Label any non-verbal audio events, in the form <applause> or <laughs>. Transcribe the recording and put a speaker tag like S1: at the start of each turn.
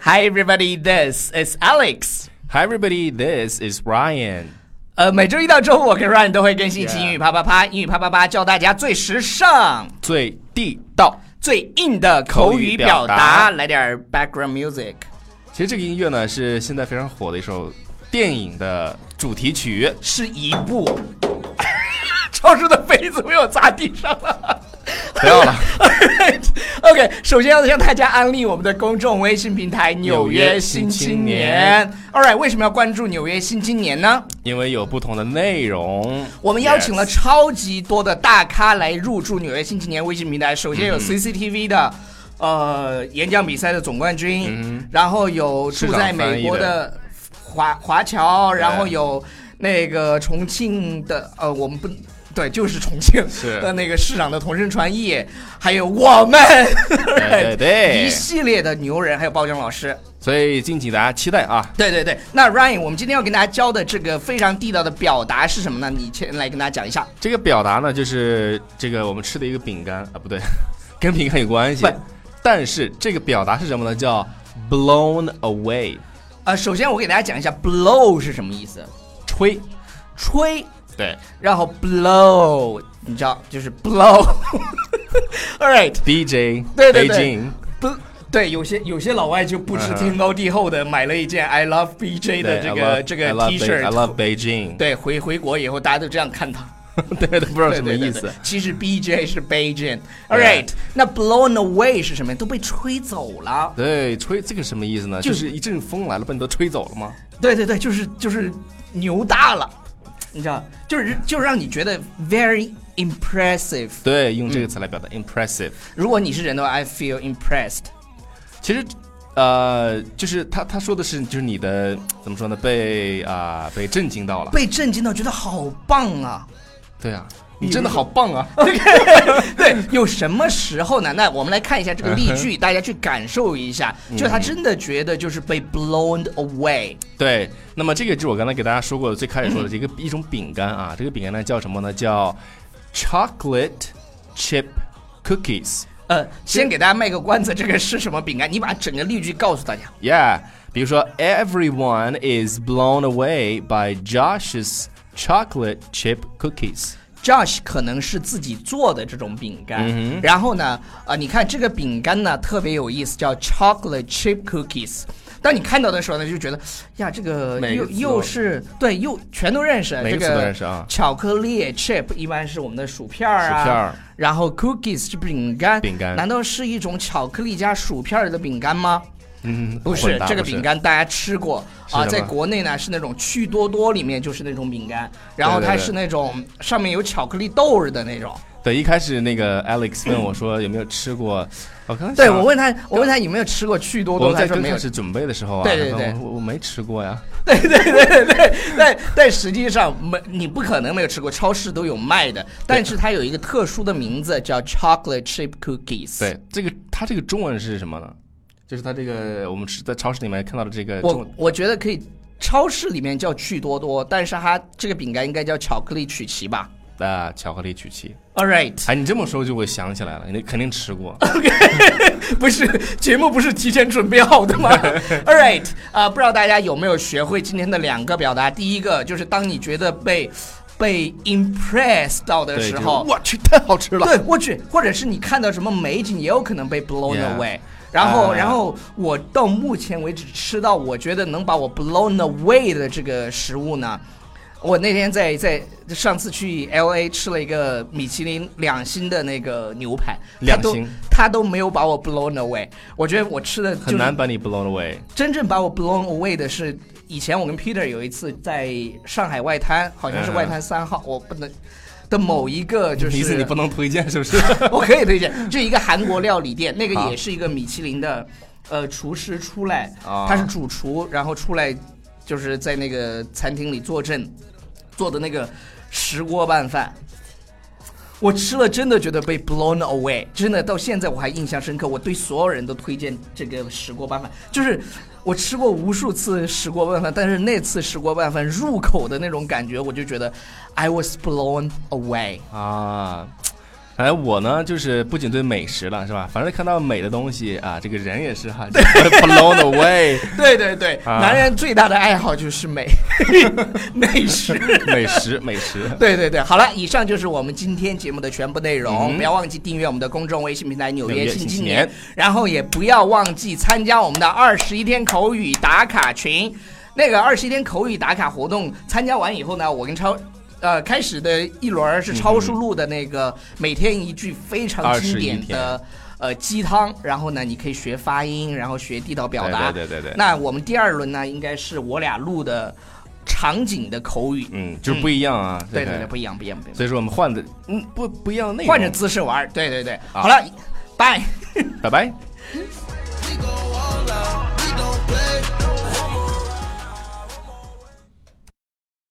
S1: Hi, everybody. This is Alex.
S2: Hi, everybody. This is Ryan.
S1: 呃，每周一到周五，我跟 Ryan 都会更新一期
S2: Yeah
S1: 英语啪啪啪，英语啪啪啪教大家最时尚、
S2: 最地道。
S1: 最硬的口语表达。
S2: 口语表达
S1: 来点儿 background music。
S2: 其实这个音乐呢，是现在非常火的一首电影的主题曲。
S1: 是一部。 <laughs> 超市的杯子被我砸地上了。
S2: 不要了
S1: Alright, <laughs> OK，首先要向大家安利我们的公众微信平台《纽约新青年》。All right，为什么要关注《纽约新青年》呢？
S2: 因为有不同的内容。
S1: 我们邀请了
S2: Yes
S1: 超级多的大咖来入驻《纽约新青年》微信平台。首先有 CCTV 的。呃，演讲比赛的总冠军，然后有住在美国的华华侨，然后有那个重庆的，呃，我们不对，就是重庆
S2: 是
S1: 的那个市长的同声传译，还有我们， <laughs>
S2: 对对对
S1: 一系列的牛人，还有包江老师，
S2: 所以敬请大家期待啊！
S1: 对对对。那 Ryan，我们今天要跟大家教的这个非常地道的表达是什么呢？你先来跟大家讲一下。
S2: 这个表达呢，就是这个我们吃的一个饼干啊，不对， <laughs> 跟饼干有关系
S1: 不。
S2: 但是这个表达是什么呢？叫 blown away，
S1: 呃，首先我给大家讲一下 blow 是什么意思，
S2: 吹。
S1: 吹，
S2: 对
S1: 然后 blow，你知道就是 blow。All right，
S2: ，DJ
S1: 对对对
S2: 北京
S1: 不，对，有些有些老外就不知
S2: 嗯哼
S1: 天高地厚的买了一件 I love BJ 的
S2: 嗯对
S1: 这
S2: I
S1: 个
S2: love-
S1: 这个
S2: I love
S1: T
S2: Beijing- I
S1: 恤，
S2: love Beijing，
S1: <laughs> 对，回回国以后大家都这样看他。
S2: 对，对，不知道
S1: 对
S2: 什么
S1: 对对
S2: 意
S1: 对
S2: 思。嗯
S1: 其实 BJ 是 Beijing。All
S2: 对
S1: right，那 blown away 是什么？都被吹走了。
S2: 对，吹这个什么意思呢？
S1: 就
S2: 就是嗯是一阵风来了，把你都吹走了吗？
S1: 对对对，就是就是牛大了，你知道，就是就让你觉得 very impressive。
S2: 对，用这个词来表达 impressive。
S1: 如果你是人的话，I feel impressed。
S2: 其实，呃，就是他他说的是，就是你的怎么说呢？被啊、被震惊到了。
S1: 被震惊到，觉得好棒 <laughs> 啊！
S2: 对啊，你真的好棒啊！
S1: <laughs> 对，有什么时候呢？那我们来看一下这个例句，大家去感受一下。就他真的觉得就是被 blown away，
S2: 对，那么这个就是我刚才给大家说过的，最开始说的这个一种饼干啊，这个饼干呢叫什么呢？叫 chocolate chip cookies。
S1: 呃，先给大家卖个关子，这个是什么饼干？你把整个例句告诉大家。
S2: Yeah，比如说，Everyone is blown away by Josh's chocolate chip cookies。
S1: Josh 可能是自己做的这种饼干，
S2: 嗯
S1: 然后呢，啊，你看这个饼干呢特别有意思，叫 chocolate chip cookies。当你看到的时候呢，就觉得呀，这个
S2: 每
S1: 又
S2: 个字都
S1: 又是对，又全都认识，
S2: 每个
S1: 这
S2: 字都认识啊
S1: 巧克力 chip 一般是我们的薯片儿啊，
S2: 薯片儿
S1: 然后 cookies 是饼干，
S2: 饼干
S1: 难道是一种巧克力加薯片儿的饼干吗？
S2: 嗯，
S1: 不
S2: 混
S1: 是
S2: 搭
S1: 这个
S2: 不
S1: 饼干，大家吃过
S2: 是
S1: 啊，
S2: 什么
S1: 在国内呢是那种趣多多里面就是那种饼干，然后
S2: 对对
S1: 它
S2: 对
S1: 是那种上面有巧克力豆儿的那种。
S2: 对，一开始那个 Alex 问我说有没有吃过，我刚
S1: 对
S2: 想
S1: 我问他，我问他有没有吃过趣多
S2: 我
S1: 多，
S2: 们
S1: 他
S2: 在
S1: 说
S2: 刚
S1: 没有
S2: 开。始准备的时候啊，
S1: 对对
S2: 他
S1: 对
S2: 说我我没吃过呀。
S1: 对对对对对，但但实际上没你不可能没有吃过，超市都有卖的。但是它有一个特殊的名字叫 chocolate chip cookies。，
S2: 对，这个它这个中文是什么呢？就是它这个我们是在超市里面看到的这个中
S1: 我
S2: 文，
S1: 我觉得可以，超市里面叫趣多多，但是它这个饼干应该叫巧克力曲奇吧
S2: 啊巧克力曲奇。
S1: ？All right。
S2: 哎，你这么说就我想起来了，你肯定吃过。
S1: <laughs> 不是节目不是提前准备好的
S2: <laughs>
S1: 吗？All right，啊、不知道大家有没有学会今天的两个表达？第一个就是当你觉得被被 impressed 到的
S2: 对，
S1: 时
S2: 就是
S1: 候，
S2: 我去，太好吃了。
S1: 对，我去，或者是你看到什么美景，也有可能被 blown
S2: Yeah
S1: away。然后，
S2: 啊
S1: 然后我到目前为止吃到我觉得能把我 blown away 的这个食物呢，我那天在在上次去 L A 吃了一个米其林两星的那个牛排，它
S2: 两
S1: 都
S2: 星
S1: 它都没有把我 blown away。我觉得我吃的就
S2: 很
S1: 是
S2: 难把你 blown away。
S1: 真正把我 blown away 的是，以前我跟 Peter 有一次在上海外滩，好像是外滩三号，我不能的某一个就是
S2: 意思嗯你不能推荐是不是？
S1: <laughs> 我可以推荐，这一个韩国料理店，那个
S2: 好
S1: 也是一个米其林的，呃，厨师出来，
S2: 啊
S1: 他是主厨，然后出来就是在那个餐厅里坐镇，做的那个石锅拌饭。我吃了，真的觉得被 blown away，真的到现在我还印象深刻。我对所有人都推荐这个石锅拌饭，就是我吃过无数次石锅拌饭，但是那次石锅拌饭入口的那种感觉，我就觉得 I was blown away。
S2: 啊，反正我呢，就是不仅对美食了，是吧？反正看到美的东西啊，这个人也
S1: <laughs>
S2: 是哈，blown away。
S1: 对对对，
S2: 啊
S1: 男人最大的爱好就是美， <laughs> 美食。
S2: 美食，
S1: <laughs>
S2: 美食。
S1: 对对对，好了，以上就是我们今天节目的全部内容。
S2: 嗯
S1: 不要忘记订阅我们的公众微信平台《纽
S2: 纽
S1: 约
S2: 约
S1: 新
S2: 新
S1: 青
S2: 青
S1: 年
S2: 年》，
S1: 然后也不要忘记参加我们的二十一天口语打卡群。那个二十一天口语打卡活动参加完以后呢，我跟超。呃，开始的一轮儿是超叔录的那
S2: 嗯
S1: 个每天一句非常经典
S2: 21
S1: 的
S2: 天
S1: 呃鸡汤，然后呢，你可以学发音，然后学地道表达。
S2: 对对对对对。
S1: 那我们第二轮呢，应该是我俩录的场景的口语。
S2: 嗯，就是不一样啊。
S1: 对对
S2: 这个
S1: 对，不一样，不一样，不一样。
S2: 所以说我们换的，嗯，不不一样的内容。
S1: 换着姿势玩儿。对对对，
S2: 啊
S1: 好了，拜。
S2: 拜拜。